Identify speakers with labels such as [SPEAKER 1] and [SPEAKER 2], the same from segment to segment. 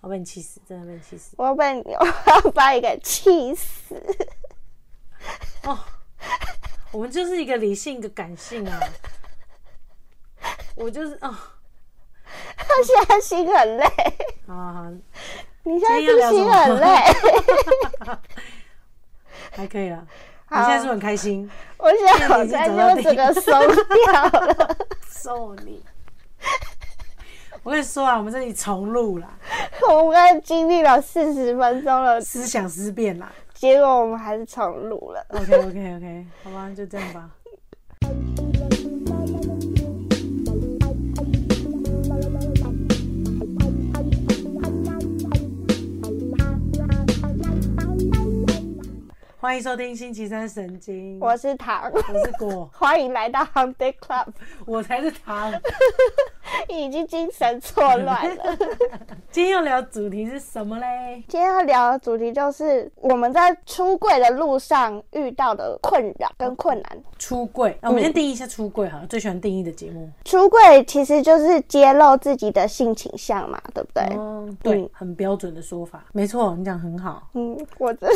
[SPEAKER 1] 我被你气死，真的被你气死
[SPEAKER 2] 我要被你，我要把你给气死。
[SPEAKER 1] 哦！我们就是一个理性，一个感性啊。我就是哦，
[SPEAKER 2] 他现在心 很累，
[SPEAKER 1] 好好好，
[SPEAKER 2] 你现在是不是心很累。
[SPEAKER 1] 还可以啦。你
[SPEAKER 2] 好
[SPEAKER 1] 现在是不是很开心？
[SPEAKER 2] 我想我现在就整个松掉了，
[SPEAKER 1] 揍你！我跟你说啊，我们这里重录啦，
[SPEAKER 2] 我们刚才经历了四十分钟了，
[SPEAKER 1] 思想思辨啦。
[SPEAKER 2] 结果我们还是重录了。
[SPEAKER 1] OK OK OK，好吧，就这样吧。欢迎收听星期三神经，
[SPEAKER 2] 我是糖，
[SPEAKER 1] 我是果，
[SPEAKER 2] 欢迎来到 Hump Day Club。
[SPEAKER 1] 我才是糖。
[SPEAKER 2] 已经精神错乱 了。
[SPEAKER 1] 今天要聊主题是什么嘞？
[SPEAKER 2] 今天要聊的主题就是我们在出柜的路上遇到的困扰跟困难。
[SPEAKER 1] 出柜。啊那、我们先定义一下出柜好了，最喜欢定义的节目。
[SPEAKER 2] 出柜其实就是揭露自己的性倾向嘛，对不对？
[SPEAKER 1] 嗯，对
[SPEAKER 2] 嗯，
[SPEAKER 1] 很标准的说法，没错，你讲很好。
[SPEAKER 2] 嗯，我这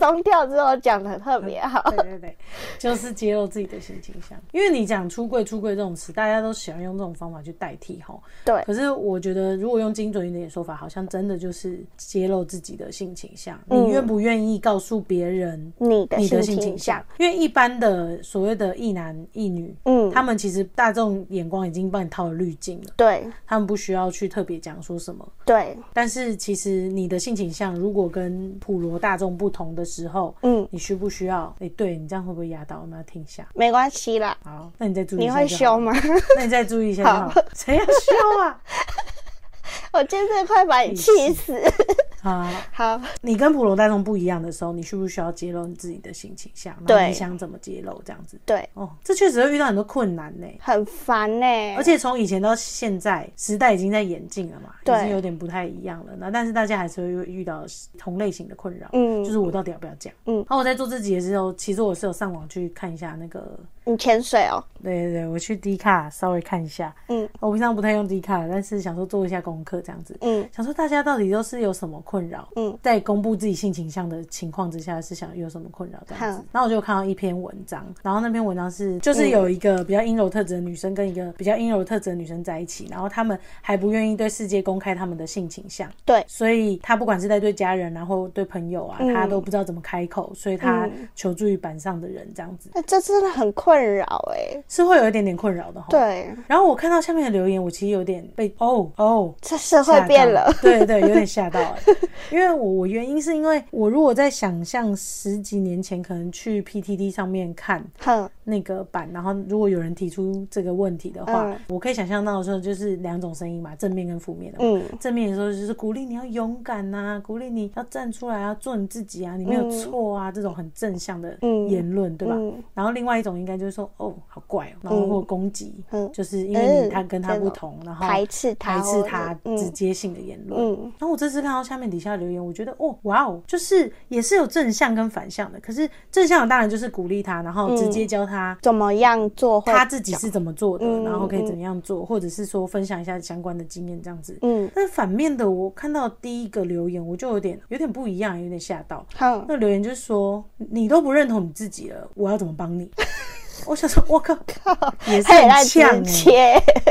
[SPEAKER 2] 松掉之后讲的特别好。
[SPEAKER 1] 对对对，就是揭露自己的性倾向。因为你讲出柜、出柜这种词，大家都喜欢用这种方法去代替吼。
[SPEAKER 2] 对
[SPEAKER 1] 可是我觉得，如果用精准一点的说法，好像真的就是揭露自己的性倾向。
[SPEAKER 2] 嗯
[SPEAKER 1] 你愿不愿意告诉别人
[SPEAKER 2] 你的
[SPEAKER 1] 你的性
[SPEAKER 2] 性倾
[SPEAKER 1] 倾
[SPEAKER 2] 向
[SPEAKER 1] 向，？因为一般的所谓的一男一女，
[SPEAKER 2] 嗯，
[SPEAKER 1] 他们其实大众眼光已经帮你套了滤镜了，
[SPEAKER 2] 对
[SPEAKER 1] 他们不需要去特别讲说什么。
[SPEAKER 2] 对，
[SPEAKER 1] 但是其实你的性倾向如果跟普罗大众不同的时候，
[SPEAKER 2] 嗯，
[SPEAKER 1] 你需不需要？哎、对你这样会不会压到？我们要停下。
[SPEAKER 2] 没关系啦。
[SPEAKER 1] 好，那你再注意一
[SPEAKER 2] 你
[SPEAKER 1] 下。
[SPEAKER 2] 会修？吗？
[SPEAKER 1] 那你再注意一下就好。谁要修啊？
[SPEAKER 2] 我真的快把你气死。
[SPEAKER 1] 啊，
[SPEAKER 2] 好，
[SPEAKER 1] 你跟普罗大众不一样的时候，你需不需要揭露你自己的性倾向？然后
[SPEAKER 2] 对
[SPEAKER 1] 你想怎么揭露？这样子。
[SPEAKER 2] 对，
[SPEAKER 1] 哦，这确实会遇到很多困难呢、
[SPEAKER 2] 很烦呢、
[SPEAKER 1] 而且从以前到现在，时代已经在演进了嘛，
[SPEAKER 2] 对
[SPEAKER 1] 已经有点不太一样了。那但是大家还是会遇到同类型的困扰，
[SPEAKER 2] 嗯
[SPEAKER 1] 就是我到底要不要讲？
[SPEAKER 2] 嗯
[SPEAKER 1] 然后我在做自己的时候，其实我是有上网去看一下那个，
[SPEAKER 2] 你潜水哦，
[SPEAKER 1] 对对对，我去 D 卡稍微看一下。
[SPEAKER 2] 嗯
[SPEAKER 1] 哦我平常不太用 D 卡，但是想说做一下功课这样子，
[SPEAKER 2] 嗯
[SPEAKER 1] 想说大家到底都是有什么困扰？
[SPEAKER 2] 嗯，
[SPEAKER 1] 在公布自己性倾向的情况之下，是想有什么困扰这样子
[SPEAKER 2] 好。
[SPEAKER 1] 然后我就看到一篇文章，然后那篇文章是就是
[SPEAKER 2] 嗯
[SPEAKER 1] 有一个比较阴柔特质的女生跟一个比较阴柔特质的女生在一起，然后他们还不愿意对世界公开他们的性倾向，
[SPEAKER 2] 对
[SPEAKER 1] 所以她不管是在对家人，然后对朋友啊，
[SPEAKER 2] 嗯
[SPEAKER 1] 她都不知道怎么开口，所以她求助于板上的人这样子，
[SPEAKER 2] 那这真的很困扰哎、
[SPEAKER 1] 是会有一点点困扰的哈。。
[SPEAKER 2] 对，
[SPEAKER 1] 然后我看到下面的留言，我其实有点被哦哦
[SPEAKER 2] 这社
[SPEAKER 1] 吓
[SPEAKER 2] 会
[SPEAKER 1] 到
[SPEAKER 2] 变了，
[SPEAKER 1] 对对，有点吓到、 欸。因为我我原因是因为我如果在想象十几年前可能去 PTT 上面看
[SPEAKER 2] 哼，
[SPEAKER 1] 那个版，然后如果有人提出这个问题的话，
[SPEAKER 2] 嗯
[SPEAKER 1] 我可以想象到的时候就是两种声音嘛，正面跟负面的嘛。
[SPEAKER 2] 嗯
[SPEAKER 1] 正面的时候就是鼓励你要勇敢呐、鼓励你要站出来啊，做你自己啊，你没有错啊，这种很正向的
[SPEAKER 2] 嗯
[SPEAKER 1] 言论，对吧？
[SPEAKER 2] 嗯
[SPEAKER 1] 然后另外一种应该就是说，哦，好怪哦，然后或攻击，
[SPEAKER 2] 嗯
[SPEAKER 1] 就是因为
[SPEAKER 2] 嗯
[SPEAKER 1] 你他跟他
[SPEAKER 2] 这
[SPEAKER 1] 不
[SPEAKER 2] 种
[SPEAKER 1] 同，然后
[SPEAKER 2] 排斥他
[SPEAKER 1] 排
[SPEAKER 2] 或
[SPEAKER 1] 斥
[SPEAKER 2] 者，
[SPEAKER 1] 他直
[SPEAKER 2] 嗯
[SPEAKER 1] 接性的言论。
[SPEAKER 2] 嗯
[SPEAKER 1] 然后我这次看到下面底下留言，我觉得哦，哇哦，就是也是有正向跟反向的。可是正向的当然就是鼓励他，然后直接教他
[SPEAKER 2] 怎么样做会，
[SPEAKER 1] 他自己是怎么做的，
[SPEAKER 2] 嗯
[SPEAKER 1] 然后可以怎么样做，或者是说分享一下相关的经验这样子。
[SPEAKER 2] 嗯
[SPEAKER 1] 但是反面的，我看到第一个留言，我就有点有点不一样，有点吓到。
[SPEAKER 2] 哼，
[SPEAKER 1] 那留言就是说，你都不认同你自己了，我要怎么帮你？ 我想说，我靠，也是
[SPEAKER 2] 他也
[SPEAKER 1] 很
[SPEAKER 2] 在
[SPEAKER 1] 呛
[SPEAKER 2] 直
[SPEAKER 1] 欸
[SPEAKER 2] 接，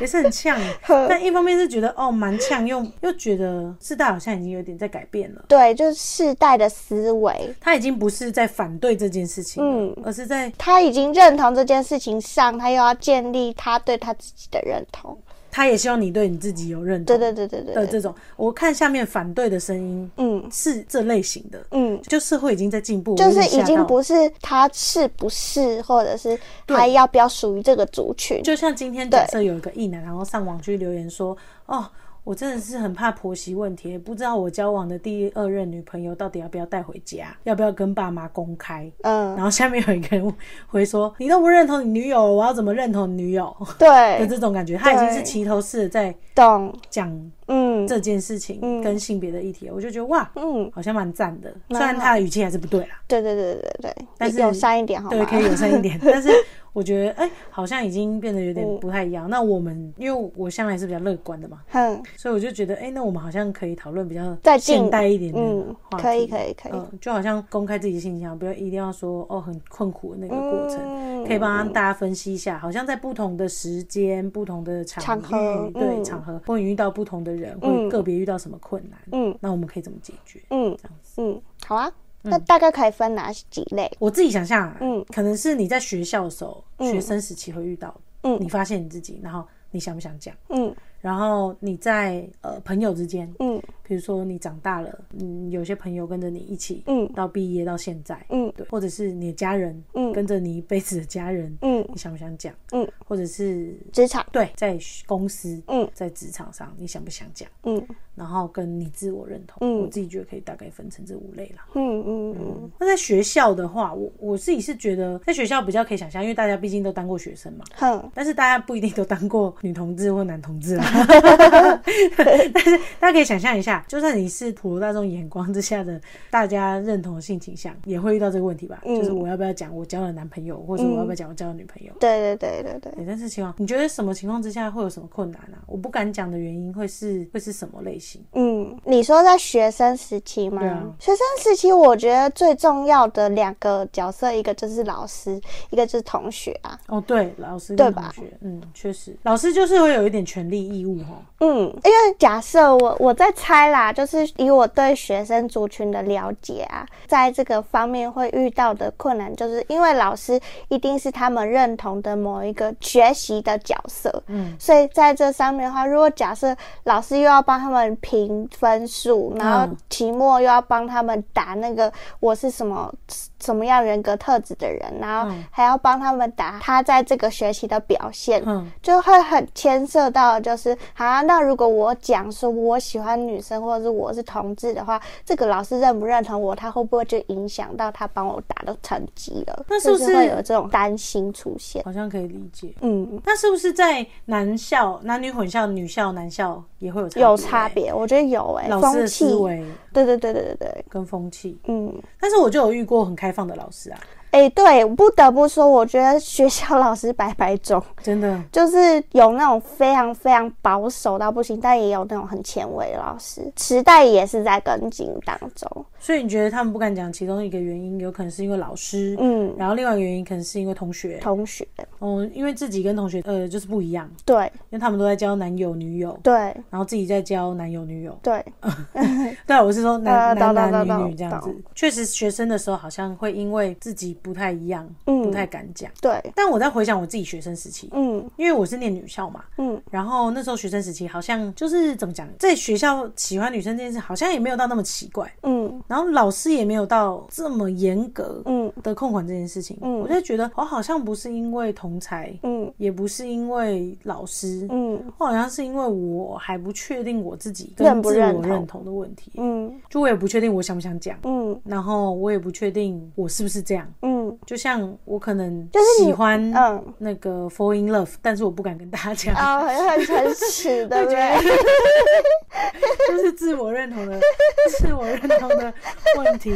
[SPEAKER 1] 也是很呛，欸 但一方面是觉得哦蛮呛，又又觉得世代好像已经有点在改变了，
[SPEAKER 2] 对，就是世代的思维，
[SPEAKER 1] 他已经不是在反对这件事情了，
[SPEAKER 2] 嗯
[SPEAKER 1] 而是在
[SPEAKER 2] 他已经认同这件事情上，他又要建立他对他自己的认同，
[SPEAKER 1] 他也希望你对你自己有认
[SPEAKER 2] 对
[SPEAKER 1] 同
[SPEAKER 2] 对对对对
[SPEAKER 1] 的
[SPEAKER 2] 对，
[SPEAKER 1] 这种。我看下面反对的声音
[SPEAKER 2] 嗯
[SPEAKER 1] 是这类型的，
[SPEAKER 2] 嗯。
[SPEAKER 1] 就社会已经在进步，
[SPEAKER 2] 就是
[SPEAKER 1] 我有点
[SPEAKER 2] 已
[SPEAKER 1] 吓
[SPEAKER 2] 经
[SPEAKER 1] 到
[SPEAKER 2] 不是他是不是，或者是他
[SPEAKER 1] 对
[SPEAKER 2] 要不要属于这个族群，
[SPEAKER 1] 就像今天假设有一个异男，然后上网去留言说，哦。我真的是很怕婆媳问题，不知道我交往的第二任女朋友到底要不要带回家，要不要跟爸妈公开。
[SPEAKER 2] 嗯，
[SPEAKER 1] 然后下面有一个人回说：“你都不认同你女友，我要怎么认同你女友？”的
[SPEAKER 2] 对，
[SPEAKER 1] 这种感觉，他已经是齐头式的在
[SPEAKER 2] 懂，
[SPEAKER 1] 讲
[SPEAKER 2] 嗯
[SPEAKER 1] 这件事情跟性别的议题，我就觉得哇，
[SPEAKER 2] 嗯，
[SPEAKER 1] 好像蛮赞的。虽然他的语气还是不对啦，
[SPEAKER 2] 对对对对对，
[SPEAKER 1] 但是
[SPEAKER 2] 友善一点好吗？
[SPEAKER 1] 对，可以友善一点，但是我觉得哎、好像已经变得有点
[SPEAKER 2] 嗯
[SPEAKER 1] 不太一样。那我们因为我向来是比较乐观的嘛，
[SPEAKER 2] 哼，
[SPEAKER 1] 所以我就觉得哎、那我们好像可以讨论比较
[SPEAKER 2] 再进
[SPEAKER 1] 现代一点的
[SPEAKER 2] 嗯，
[SPEAKER 1] 话题。
[SPEAKER 2] 可以可以可以，
[SPEAKER 1] 嗯，就好像公开自己的信箱，不要一定要说哦很困苦的那个过程，
[SPEAKER 2] 嗯
[SPEAKER 1] 可以帮大家分析一下，好像在不同的时间、不同的场
[SPEAKER 2] 场
[SPEAKER 1] 域、
[SPEAKER 2] 合
[SPEAKER 1] 对
[SPEAKER 2] 嗯
[SPEAKER 1] 场合，会遇到不同的人，
[SPEAKER 2] 嗯
[SPEAKER 1] 会个别遇到什么困难，
[SPEAKER 2] 嗯
[SPEAKER 1] 那我们可以怎么解决？
[SPEAKER 2] 嗯
[SPEAKER 1] 这样子，
[SPEAKER 2] 嗯，好啊。那大概可以分哪几类？
[SPEAKER 1] 我自己想象、啊，
[SPEAKER 2] 嗯
[SPEAKER 1] 可能是你在学校的时候，
[SPEAKER 2] 嗯
[SPEAKER 1] 学生时期会遇到，
[SPEAKER 2] 嗯
[SPEAKER 1] 你发现你自己，然后你想不想讲？
[SPEAKER 2] 嗯
[SPEAKER 1] 然后你在呃朋友之间，
[SPEAKER 2] 嗯
[SPEAKER 1] 比如说你长大了，嗯，有些朋友跟着你一起，
[SPEAKER 2] 嗯
[SPEAKER 1] 到毕业到现在，
[SPEAKER 2] 嗯
[SPEAKER 1] 对，或者是你的家人，
[SPEAKER 2] 嗯
[SPEAKER 1] 跟着你一辈子的家人，
[SPEAKER 2] 嗯
[SPEAKER 1] 你想不想讲？
[SPEAKER 2] 嗯，
[SPEAKER 1] 或者是
[SPEAKER 2] 职场，
[SPEAKER 1] 对，在公司，
[SPEAKER 2] 嗯
[SPEAKER 1] 在职场上，你想不想讲？
[SPEAKER 2] 嗯
[SPEAKER 1] 然后跟你自我认同，
[SPEAKER 2] 嗯
[SPEAKER 1] 我自己觉得可以大概分成这五类啦。
[SPEAKER 2] 嗯嗯嗯，
[SPEAKER 1] 那在学校的话，我我自己是觉得在学校比较可以想象，因为大家毕竟都当过学生嘛。
[SPEAKER 2] 哼，
[SPEAKER 1] 但是大家不一定都当过女同志或男同志 啦，但是大家可以想象一下，就算你是普罗大众眼光之下的大家认同的性倾向，也会遇到这个问题吧？
[SPEAKER 2] 嗯
[SPEAKER 1] 就是我要不要讲我交了男朋友，或者我要不要讲我交了女朋友？
[SPEAKER 2] 对对对对对，
[SPEAKER 1] 对，但是情况，你觉得什么情况之下会有什么困难啊？我不敢讲的原因会是会是什么类型？
[SPEAKER 2] 嗯，你说在学生时期吗？
[SPEAKER 1] 对啊
[SPEAKER 2] 学生时期，我觉得最重要的两个角色，一个就是老师，一个就是同学啊。
[SPEAKER 1] 哦，对，老师
[SPEAKER 2] 对
[SPEAKER 1] 跟
[SPEAKER 2] 吧
[SPEAKER 1] 同学，嗯，确实，老师就是会有一点权利义务哦。
[SPEAKER 2] 嗯，因为假设我我在猜啦，就是以我对学生族群的了解啊，在这个方面会遇到的困难，就是因为老师一定是他们认同的某一个学习的角色，
[SPEAKER 1] 嗯，
[SPEAKER 2] 所以在这上面的话，如果假设老师又要帮他们评分数，然后
[SPEAKER 1] 嗯
[SPEAKER 2] 期末又要帮他们打那个我是什么什么样人格特质的人，然后
[SPEAKER 1] 嗯
[SPEAKER 2] 还要帮他们打他在这个学期的表现，
[SPEAKER 1] 嗯
[SPEAKER 2] 就会很牵涉到，就是啊，那如果我讲说我喜欢女生，或者是我是同志的话，这个老师认不认同我，他会不会就影响到他帮我打的成绩了？
[SPEAKER 1] 那是不
[SPEAKER 2] 就是会有这种担心出现？
[SPEAKER 1] 好像可以理解。
[SPEAKER 2] 嗯，
[SPEAKER 1] 那是不是在男校、男女混校、女校、男校也会有差别
[SPEAKER 2] 有差？别，我觉得有哎、
[SPEAKER 1] 老师
[SPEAKER 2] 风
[SPEAKER 1] 的思
[SPEAKER 2] 气，
[SPEAKER 1] 维
[SPEAKER 2] 对对对对对对，
[SPEAKER 1] 跟风气，
[SPEAKER 2] 嗯，
[SPEAKER 1] 但是我就有遇过很开放的老师啊，
[SPEAKER 2] 哎、对，不得不说，我觉得学校老师百百种，
[SPEAKER 1] 真的，
[SPEAKER 2] 就是有那种非常非常保守到不行，但也有那种很前卫的老师，时代也是在跟进当中，
[SPEAKER 1] 所以你觉得他们不敢讲，其中一个原因有可能是因为老师，
[SPEAKER 2] 嗯。
[SPEAKER 1] 然后另外一个原因可能是因为同学，
[SPEAKER 2] 同学，
[SPEAKER 1] 嗯，因为自己跟同学呃就是不一样，
[SPEAKER 2] 对
[SPEAKER 1] 因为他们都在交男友女友，
[SPEAKER 2] 对
[SPEAKER 1] 然后自己在交男友女友。
[SPEAKER 2] 对，
[SPEAKER 1] 对啊，我是说男
[SPEAKER 2] 呃
[SPEAKER 1] 男
[SPEAKER 2] 懂
[SPEAKER 1] 男
[SPEAKER 2] 懂懂
[SPEAKER 1] 女女这样子
[SPEAKER 2] 懂，
[SPEAKER 1] 确实学生的时候好像会因为自己不太一样，
[SPEAKER 2] 嗯
[SPEAKER 1] 不太敢讲。
[SPEAKER 2] 对，
[SPEAKER 1] 但我在回想我自己学生时期，
[SPEAKER 2] 嗯
[SPEAKER 1] 因为我是念女校嘛，
[SPEAKER 2] 嗯
[SPEAKER 1] 然后那时候学生时期好像就是怎么讲，在学校喜欢女生这件事好像也没有到那么奇怪，
[SPEAKER 2] 嗯
[SPEAKER 1] 然后老师也没有到这么严格
[SPEAKER 2] 嗯
[SPEAKER 1] 的控管这件事情，
[SPEAKER 2] 嗯
[SPEAKER 1] 我就觉得我哦好像不是因为同才，
[SPEAKER 2] 嗯
[SPEAKER 1] 也不是因为老师，
[SPEAKER 2] 嗯
[SPEAKER 1] 我好像是因为我还不确定我自己
[SPEAKER 2] 认
[SPEAKER 1] 跟
[SPEAKER 2] 不
[SPEAKER 1] 自
[SPEAKER 2] 认
[SPEAKER 1] 我
[SPEAKER 2] 同
[SPEAKER 1] 认同的问题，
[SPEAKER 2] 嗯
[SPEAKER 1] 就我也不确定我想不想讲，
[SPEAKER 2] 嗯
[SPEAKER 1] 然后我也不确定我是不是这样，
[SPEAKER 2] 嗯，
[SPEAKER 1] 就像我可能
[SPEAKER 2] 就是你
[SPEAKER 1] 喜欢
[SPEAKER 2] 嗯
[SPEAKER 1] 那个 fall in love，但是我不敢跟大家讲，
[SPEAKER 2] 啊，很诚实，对不对？
[SPEAKER 1] 就是自我认同的 自我认同的问题。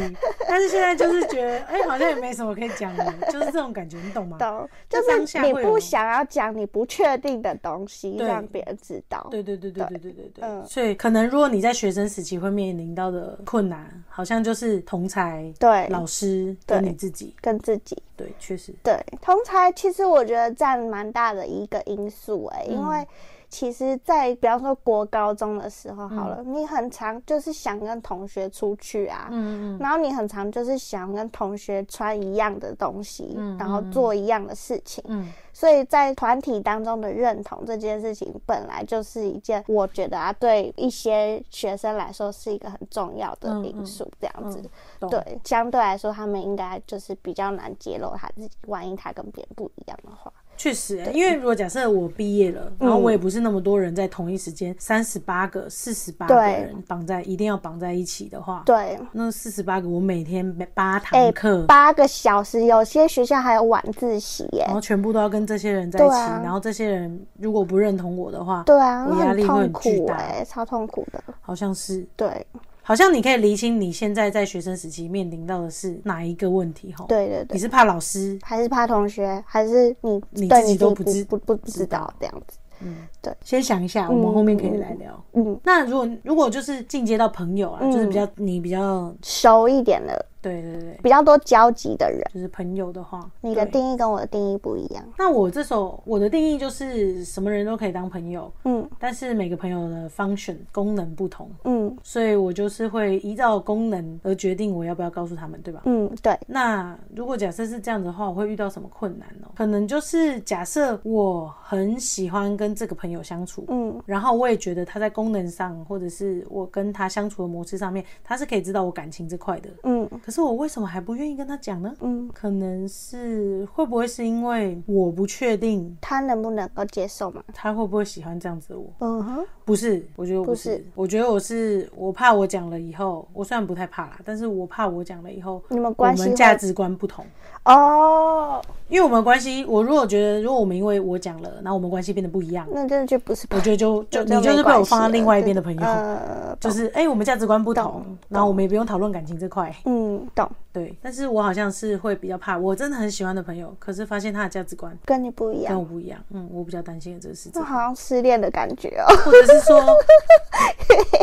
[SPEAKER 1] 但是现在就是觉得，哎、好像也没什么可以讲的，就是这种感觉，你懂吗？
[SPEAKER 2] 懂，
[SPEAKER 1] 就
[SPEAKER 2] 就
[SPEAKER 1] 当
[SPEAKER 2] 是
[SPEAKER 1] 下
[SPEAKER 2] 你
[SPEAKER 1] 会
[SPEAKER 2] 不
[SPEAKER 1] 有
[SPEAKER 2] 想要讲你不确定的东西，
[SPEAKER 1] 对
[SPEAKER 2] 让别人知道。
[SPEAKER 1] 对对对对对对对对，
[SPEAKER 2] 嗯
[SPEAKER 1] 所以可能如果你在学生时期会面临到的困难，好像就是同才、
[SPEAKER 2] 对，
[SPEAKER 1] 老师跟
[SPEAKER 2] 对
[SPEAKER 1] 你自己，
[SPEAKER 2] 跟自己
[SPEAKER 1] 对，确实，
[SPEAKER 2] 对，同才其实我觉得占蛮大的一个因素哎、因为其实在，比方说国高中的时候好了，你很常就是想跟同学出去啊，
[SPEAKER 1] 嗯嗯
[SPEAKER 2] 然后你很常就是想跟同学穿一样的东西，
[SPEAKER 1] 嗯
[SPEAKER 2] 然后
[SPEAKER 1] 嗯
[SPEAKER 2] 做一样的事情，
[SPEAKER 1] 嗯，
[SPEAKER 2] 所以在团体当中的认同这件事情，本来就是一件我觉得啊，对一些学生来说是一个很重要的
[SPEAKER 1] 嗯
[SPEAKER 2] 因
[SPEAKER 1] 嗯
[SPEAKER 2] 素，这样子。
[SPEAKER 1] 懂。
[SPEAKER 2] 对，相对来说，他们应该就是比较难揭露他自己。万一他跟别人不一样的话，
[SPEAKER 1] 确实、欸，因为如果假设我毕业了，然后
[SPEAKER 2] 嗯
[SPEAKER 1] 我也不是那么多人在同一时间，三十八个、四十八个
[SPEAKER 2] 对
[SPEAKER 1] 人绑在一定要绑在一起的话，
[SPEAKER 2] 对，
[SPEAKER 1] 那四十八个我每天八堂
[SPEAKER 2] 哎
[SPEAKER 1] 课，
[SPEAKER 2] 八个小时，有些学校还有晚自习耶
[SPEAKER 1] 然。后全部都要跟这些人在一起，
[SPEAKER 2] 对啊
[SPEAKER 1] 然后这些人如果不认同我的话，
[SPEAKER 2] 对啊，
[SPEAKER 1] 我压
[SPEAKER 2] 很
[SPEAKER 1] 力会
[SPEAKER 2] 痛
[SPEAKER 1] 很巨
[SPEAKER 2] 苦
[SPEAKER 1] 大
[SPEAKER 2] 哎、超痛苦的。
[SPEAKER 1] 好像是
[SPEAKER 2] 对，
[SPEAKER 1] 好像你可以厘清你现在在学生时期面临到的是哪一个问题哈。
[SPEAKER 2] 对对
[SPEAKER 1] 你
[SPEAKER 2] 对，
[SPEAKER 1] 是怕老师，
[SPEAKER 2] 还是怕同学，还是你
[SPEAKER 1] 你
[SPEAKER 2] 对
[SPEAKER 1] 自己
[SPEAKER 2] 你
[SPEAKER 1] 都
[SPEAKER 2] 不
[SPEAKER 1] 不知
[SPEAKER 2] 不不不知道这样子？
[SPEAKER 1] 先想一下，我们后面可以来聊。
[SPEAKER 2] 嗯，
[SPEAKER 1] 那如果如果就是进阶到朋友啊，就是比较你比较
[SPEAKER 2] 熟一点的，
[SPEAKER 1] 对对对，
[SPEAKER 2] 比较多交集的人，
[SPEAKER 1] 就是朋友的话，
[SPEAKER 2] 你的
[SPEAKER 1] 对
[SPEAKER 2] 定义跟我的定义不一样。
[SPEAKER 1] 那我这首我的定义就是什么人都可以当朋友，
[SPEAKER 2] 嗯
[SPEAKER 1] 但是每个朋友的 function 功能不同，
[SPEAKER 2] 嗯
[SPEAKER 1] 所以我就是会依照功能而决定我要不要告诉他们，对吧？
[SPEAKER 2] 嗯，对，
[SPEAKER 1] 那如果假设是这样子的话，我会遇到什么困难呢、可能就是假设我很喜欢跟这个朋友相处，
[SPEAKER 2] 嗯
[SPEAKER 1] 然后我也觉得他在功能上，或者是我跟他相处的模式上面，他是可以知道我感情这块的。
[SPEAKER 2] 嗯
[SPEAKER 1] 可是我为什么还不愿意跟他讲呢？
[SPEAKER 2] 嗯，
[SPEAKER 1] 可能是会不会是因为我不确定
[SPEAKER 2] 他能不能够接受嘛？
[SPEAKER 1] 他会不会喜欢这样子的我？
[SPEAKER 2] 嗯哼，
[SPEAKER 1] 不是，我觉得我不是，
[SPEAKER 2] 不是
[SPEAKER 1] 我觉得我是我怕我讲了以后，我虽然不太怕啦，但是我怕我讲了以后，
[SPEAKER 2] 你们
[SPEAKER 1] 我
[SPEAKER 2] 嗯关系
[SPEAKER 1] 们
[SPEAKER 2] 会
[SPEAKER 1] 价值观不同。
[SPEAKER 2] 哦，
[SPEAKER 1] 因为我们关系，我如果觉得，如果我们因为我讲了，然后我们关系变得不一样，
[SPEAKER 2] 那真的嗯就不是朋
[SPEAKER 1] 我
[SPEAKER 2] 友，
[SPEAKER 1] 觉得就就
[SPEAKER 2] 那
[SPEAKER 1] 你就是
[SPEAKER 2] 没
[SPEAKER 1] 被
[SPEAKER 2] 关
[SPEAKER 1] 我放到
[SPEAKER 2] 系
[SPEAKER 1] 另
[SPEAKER 2] 了
[SPEAKER 1] 外一边的朋友，
[SPEAKER 2] 呃，
[SPEAKER 1] 就
[SPEAKER 2] 懂
[SPEAKER 1] 是哎、诶我们价值观不同
[SPEAKER 2] 懂，
[SPEAKER 1] 然后我们也不用讨论感情这块。
[SPEAKER 2] 嗯懂，
[SPEAKER 1] 对，但是我好像是会比较怕，我真的很喜欢的朋友，可是发现他的价值观
[SPEAKER 2] 跟你不一
[SPEAKER 1] 跟
[SPEAKER 2] 样
[SPEAKER 1] 我。不一样，嗯，我比较担心的这个事情
[SPEAKER 2] 那，好像失恋的感觉哦，
[SPEAKER 1] 或者是说，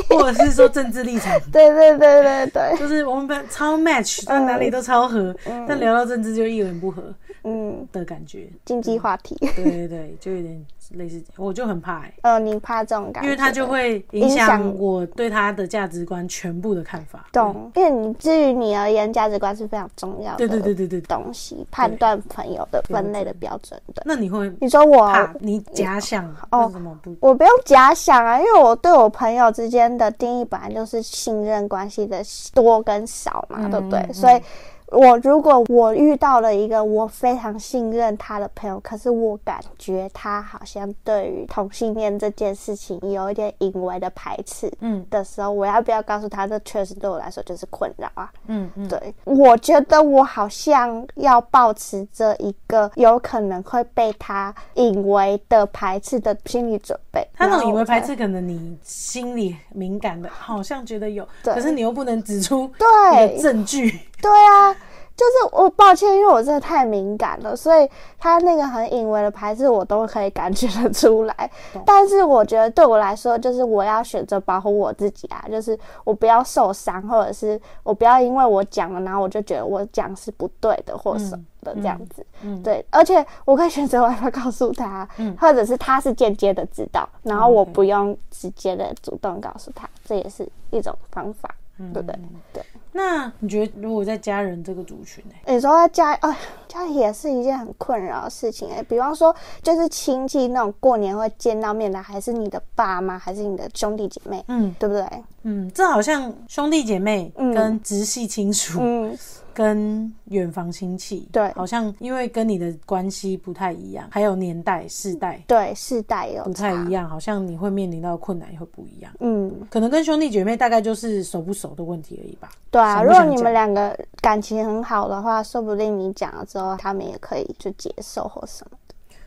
[SPEAKER 1] 或者是说政治立场。
[SPEAKER 2] 对对对对对，
[SPEAKER 1] 就是我们班超 match，到哪里都超合，但聊到政治就一文不合
[SPEAKER 2] 嗯，
[SPEAKER 1] 的感觉。
[SPEAKER 2] 经济话题，
[SPEAKER 1] 对对对，就有点类似，我就很怕、欸，
[SPEAKER 2] 呃，你怕这种感
[SPEAKER 1] 因
[SPEAKER 2] 觉，
[SPEAKER 1] 为它就会影响我对他的价值观全部的看法。
[SPEAKER 2] 懂，因为你至于你而言，价值观是非常重要
[SPEAKER 1] 嗯
[SPEAKER 2] 的，
[SPEAKER 1] 对对对对对对。
[SPEAKER 2] 东西判断朋友的分类的标准的。
[SPEAKER 1] 那你会
[SPEAKER 2] 你说我
[SPEAKER 1] 怕你假想
[SPEAKER 2] 哦
[SPEAKER 1] 为什么不？
[SPEAKER 2] 我不用假想啊，因为我对我朋友之间的定义本来就是信任关系的多跟少嘛，
[SPEAKER 1] 嗯
[SPEAKER 2] 对不对？所以，我如果我遇到了一个我非常信任他的朋友，可是我感觉他好像对于同性恋这件事情有一点隐微的排斥
[SPEAKER 1] 嗯
[SPEAKER 2] 的时候，我要不要告诉他？这确实对我来说就是困扰啊。
[SPEAKER 1] 嗯嗯，
[SPEAKER 2] 对，我觉得我好像要保持着一个有可能会被他引为的排斥的心理准备。
[SPEAKER 1] 他那
[SPEAKER 2] 然
[SPEAKER 1] 种
[SPEAKER 2] 后
[SPEAKER 1] 以为
[SPEAKER 2] 我
[SPEAKER 1] 排
[SPEAKER 2] 才
[SPEAKER 1] 斥，可能你心里敏感的，好像觉得有，
[SPEAKER 2] 对
[SPEAKER 1] 可是你又不能指出你的
[SPEAKER 2] 对
[SPEAKER 1] 证据。
[SPEAKER 2] 对啊，就是我抱歉，因为我真的太敏感了，所以他那个很隐微的排斥我都可以感觉得出来。但是我觉得对我来说，就是我要选择保护我自己啊，就是我不要受伤，或者是我不要因为我讲了，然后我就觉得我讲是不对的或什么的这样子。
[SPEAKER 1] 嗯
[SPEAKER 2] 对，而且我可以选择我要不要告诉他，或者是他是间接的知道，然后
[SPEAKER 1] 嗯
[SPEAKER 2] 我不用直接的主动告诉他，这也是一种方法，对
[SPEAKER 1] 嗯
[SPEAKER 2] 不对？对。
[SPEAKER 1] 那你觉得如果在家人这个族群欸呢、
[SPEAKER 2] 你说在家，哎、家里也是一件很困扰的事情哎、比方说，就是亲戚那种过年会见到面的，还是你的爸妈，还是你的兄弟姐妹，
[SPEAKER 1] 嗯
[SPEAKER 2] 对不对？
[SPEAKER 1] 嗯，这好像兄弟姐妹
[SPEAKER 2] 嗯
[SPEAKER 1] 跟直系亲属、
[SPEAKER 2] 嗯，
[SPEAKER 1] 跟远房亲戚，
[SPEAKER 2] 对
[SPEAKER 1] 好像因为跟你的关系不太一样，还有年代、世代
[SPEAKER 2] 对，世代有
[SPEAKER 1] 不太
[SPEAKER 2] 差
[SPEAKER 1] 一，样，好像你会面临到的困难也会不一样。
[SPEAKER 2] 嗯，
[SPEAKER 1] 可能跟兄弟姐妹大概就是熟不熟的问题而已吧。
[SPEAKER 2] 对啊。
[SPEAKER 1] 想
[SPEAKER 2] 如
[SPEAKER 1] 不
[SPEAKER 2] 果
[SPEAKER 1] 想
[SPEAKER 2] 你
[SPEAKER 1] 讲
[SPEAKER 2] 们两个感情很好的话，说不定你讲了之后，他们也可以就接受或什么。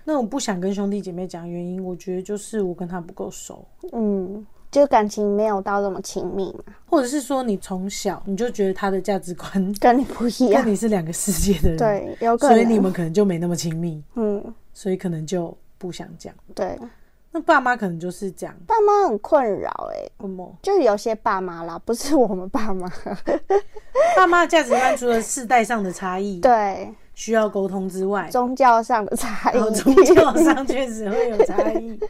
[SPEAKER 1] 那我不想跟兄弟姐妹讲原因，我觉得就是我跟他不够熟，
[SPEAKER 2] 嗯，就感情没有到这么亲密嘛，
[SPEAKER 1] 或者是说你从小你就觉得他的价值观
[SPEAKER 2] 跟你不一样
[SPEAKER 1] 跟，你是两个世界的人，，
[SPEAKER 2] 对，有可
[SPEAKER 1] 所
[SPEAKER 2] 能。
[SPEAKER 1] 以你们可能就没那么亲密，
[SPEAKER 2] 嗯，
[SPEAKER 1] 所以可能就不想讲。
[SPEAKER 2] 对，
[SPEAKER 1] 那爸妈可能就是讲
[SPEAKER 2] 爸妈很困扰哎、
[SPEAKER 1] 什么？
[SPEAKER 2] 就有些爸妈啦，不是我们爸妈。
[SPEAKER 1] 爸妈的价值观除了世代上的差异
[SPEAKER 2] 对，
[SPEAKER 1] 需要沟通之外，
[SPEAKER 2] 宗教上的差异
[SPEAKER 1] 然后，哦宗教上确实会有差异。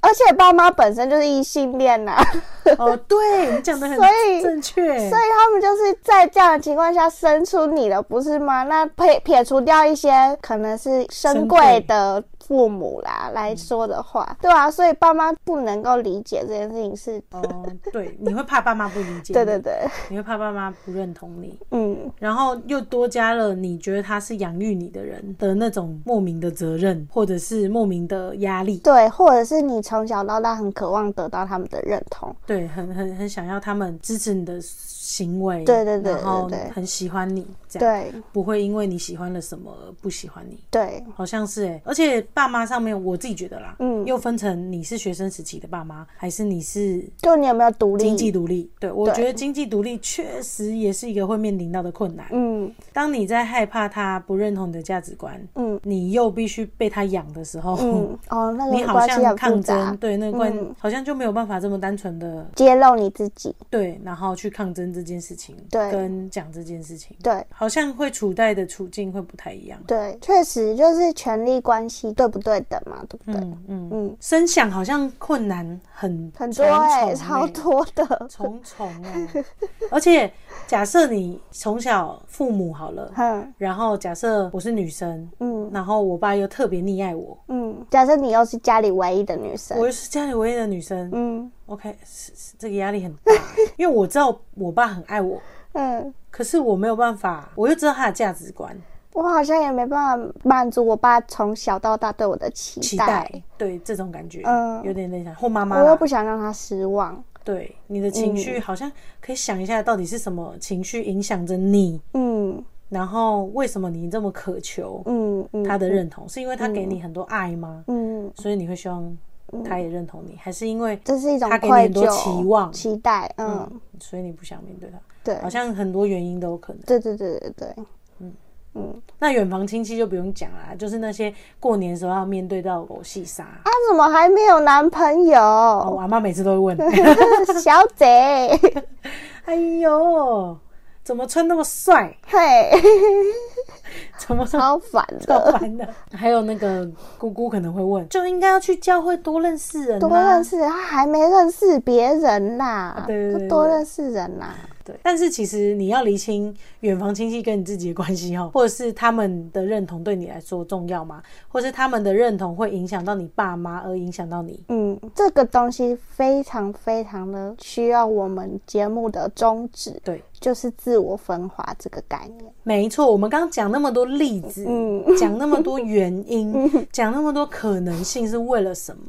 [SPEAKER 2] 而且爸妈本身就是异性恋啊呐、
[SPEAKER 1] 哦，对你讲的很
[SPEAKER 2] 所以
[SPEAKER 1] 正确
[SPEAKER 2] 所。以他们就是在这样的情况下生出你的，不是吗？那撇撇除掉一些可能是
[SPEAKER 1] 身
[SPEAKER 2] 身
[SPEAKER 1] 贵
[SPEAKER 2] 贵的父母啦来说的
[SPEAKER 1] 嗯
[SPEAKER 2] 话，对啊，所以爸妈不能够理解这件事情是，
[SPEAKER 1] 哦，对，你会怕爸妈不理解，
[SPEAKER 2] 对对，对，
[SPEAKER 1] 你会怕爸妈不认同你，
[SPEAKER 2] 嗯，
[SPEAKER 1] 然后又多加了你觉得他是养育你的人的那种莫名的责任，或者是莫名的压力，
[SPEAKER 2] 对，或者是你从小到大很渴望得到他们的认同，
[SPEAKER 1] 对，很很很想要他们支持你的行为，
[SPEAKER 2] 对对对
[SPEAKER 1] 然后
[SPEAKER 2] 对对对
[SPEAKER 1] 很喜欢你，这样
[SPEAKER 2] 对
[SPEAKER 1] 不会因为你喜欢了什么而不喜欢你，
[SPEAKER 2] 对，
[SPEAKER 1] 好像是哎、而且爸妈上面，我自己觉得啦，
[SPEAKER 2] 嗯
[SPEAKER 1] 又分成你是学生时期的爸妈，还是你是
[SPEAKER 2] 就你有没有独立？
[SPEAKER 1] 经济独立。对我
[SPEAKER 2] 嗯对
[SPEAKER 1] 觉得经济独立确实也是一个会面临到的困难。
[SPEAKER 2] 嗯
[SPEAKER 1] 当你在害怕他不认同你的价值观，
[SPEAKER 2] 嗯
[SPEAKER 1] 你又必须被他养的时候，
[SPEAKER 2] 嗯，哦，那
[SPEAKER 1] 你
[SPEAKER 2] 个
[SPEAKER 1] 好
[SPEAKER 2] 关系
[SPEAKER 1] 像
[SPEAKER 2] 很复
[SPEAKER 1] 抗
[SPEAKER 2] 杂
[SPEAKER 1] 争，。对那个关、
[SPEAKER 2] 嗯
[SPEAKER 1] 好像就没有办法这么单纯的
[SPEAKER 2] 揭露你自己，
[SPEAKER 1] 对，然后去抗争这件事情，
[SPEAKER 2] 对
[SPEAKER 1] 跟讲这件事情，
[SPEAKER 2] 对
[SPEAKER 1] 好像会处在的处境会不太一样。
[SPEAKER 2] 对，确实就是权力关系对不对等嘛，对不对？
[SPEAKER 1] 嗯嗯，
[SPEAKER 2] 嗯，
[SPEAKER 1] 声响好像困难很
[SPEAKER 2] 很多
[SPEAKER 1] 重
[SPEAKER 2] 哎、
[SPEAKER 1] 重
[SPEAKER 2] 超
[SPEAKER 1] 欸
[SPEAKER 2] 多的。
[SPEAKER 1] 重重哦、而且假设你从小父母好了，
[SPEAKER 2] 嗯
[SPEAKER 1] 然后假设我是女生，
[SPEAKER 2] 嗯
[SPEAKER 1] 然后我爸又特别溺爱我，
[SPEAKER 2] 嗯，假设你又是家里唯一的女生
[SPEAKER 1] 我，又是家里唯一的女生、
[SPEAKER 2] 嗯
[SPEAKER 1] o k 是是这个压力很 大，因为我知道我爸很爱我，
[SPEAKER 2] 嗯，
[SPEAKER 1] 可是我没有办法，我又知道他的价值观
[SPEAKER 2] 我好像也没办法满足我爸从小到大对我的期
[SPEAKER 1] 期
[SPEAKER 2] 待，
[SPEAKER 1] 待，对这种感觉，
[SPEAKER 2] 嗯
[SPEAKER 1] 有点类似或妈妈
[SPEAKER 2] 我又
[SPEAKER 1] 啦
[SPEAKER 2] 不，嗯想让他失望。
[SPEAKER 1] 对你的情绪好像可以想一下，到底是什么情绪影响着你，
[SPEAKER 2] 嗯
[SPEAKER 1] 然后为什么你这么渴求
[SPEAKER 2] 嗯嗯，
[SPEAKER 1] 他的认同，是因为他给你很多爱吗？
[SPEAKER 2] 嗯，
[SPEAKER 1] 所以你会希望他也认同你，还是因为
[SPEAKER 2] 这是一种
[SPEAKER 1] 他给你
[SPEAKER 2] 愧
[SPEAKER 1] 很多
[SPEAKER 2] 疚、
[SPEAKER 1] 期望，
[SPEAKER 2] 期待。嗯，
[SPEAKER 1] 嗯，所以你不想面对他？
[SPEAKER 2] 对
[SPEAKER 1] 好像很多原因都有可能。
[SPEAKER 2] 对对对对啊对，嗯嗯，
[SPEAKER 1] 那远房亲戚就不用讲啦，就是那些过年的时候要面对到狗戏杀，
[SPEAKER 2] 他怎么还没有男朋
[SPEAKER 1] 哦
[SPEAKER 2] 友？
[SPEAKER 1] 我阿妈每次都会问，
[SPEAKER 2] 小姐，
[SPEAKER 1] 哎呦，怎么穿那么帅？
[SPEAKER 2] 嘿，
[SPEAKER 1] 怎么
[SPEAKER 2] 超烦
[SPEAKER 1] 这么
[SPEAKER 2] 的。
[SPEAKER 1] 烦的？啊还有那个姑姑可能会问，就应该要去教会多认识人、啊，
[SPEAKER 2] 多认识，他还没认识别人啦，
[SPEAKER 1] 对对对对
[SPEAKER 2] 多认识人啦。
[SPEAKER 1] 对，但是其实你要厘清远房亲戚跟你自己的关系哦， 或者是他们的认同对你来说重要吗？或是他们的认同会影响到你爸妈，而影响到你？
[SPEAKER 2] 嗯，这个东西非常非常的需要我们节目的宗旨，
[SPEAKER 1] 对，
[SPEAKER 2] 就是自我分化这个概念。
[SPEAKER 1] 没错，我们刚刚讲那么多例子，
[SPEAKER 2] 嗯，
[SPEAKER 1] 讲那么多原因， 讲那么多可能性是为了什么？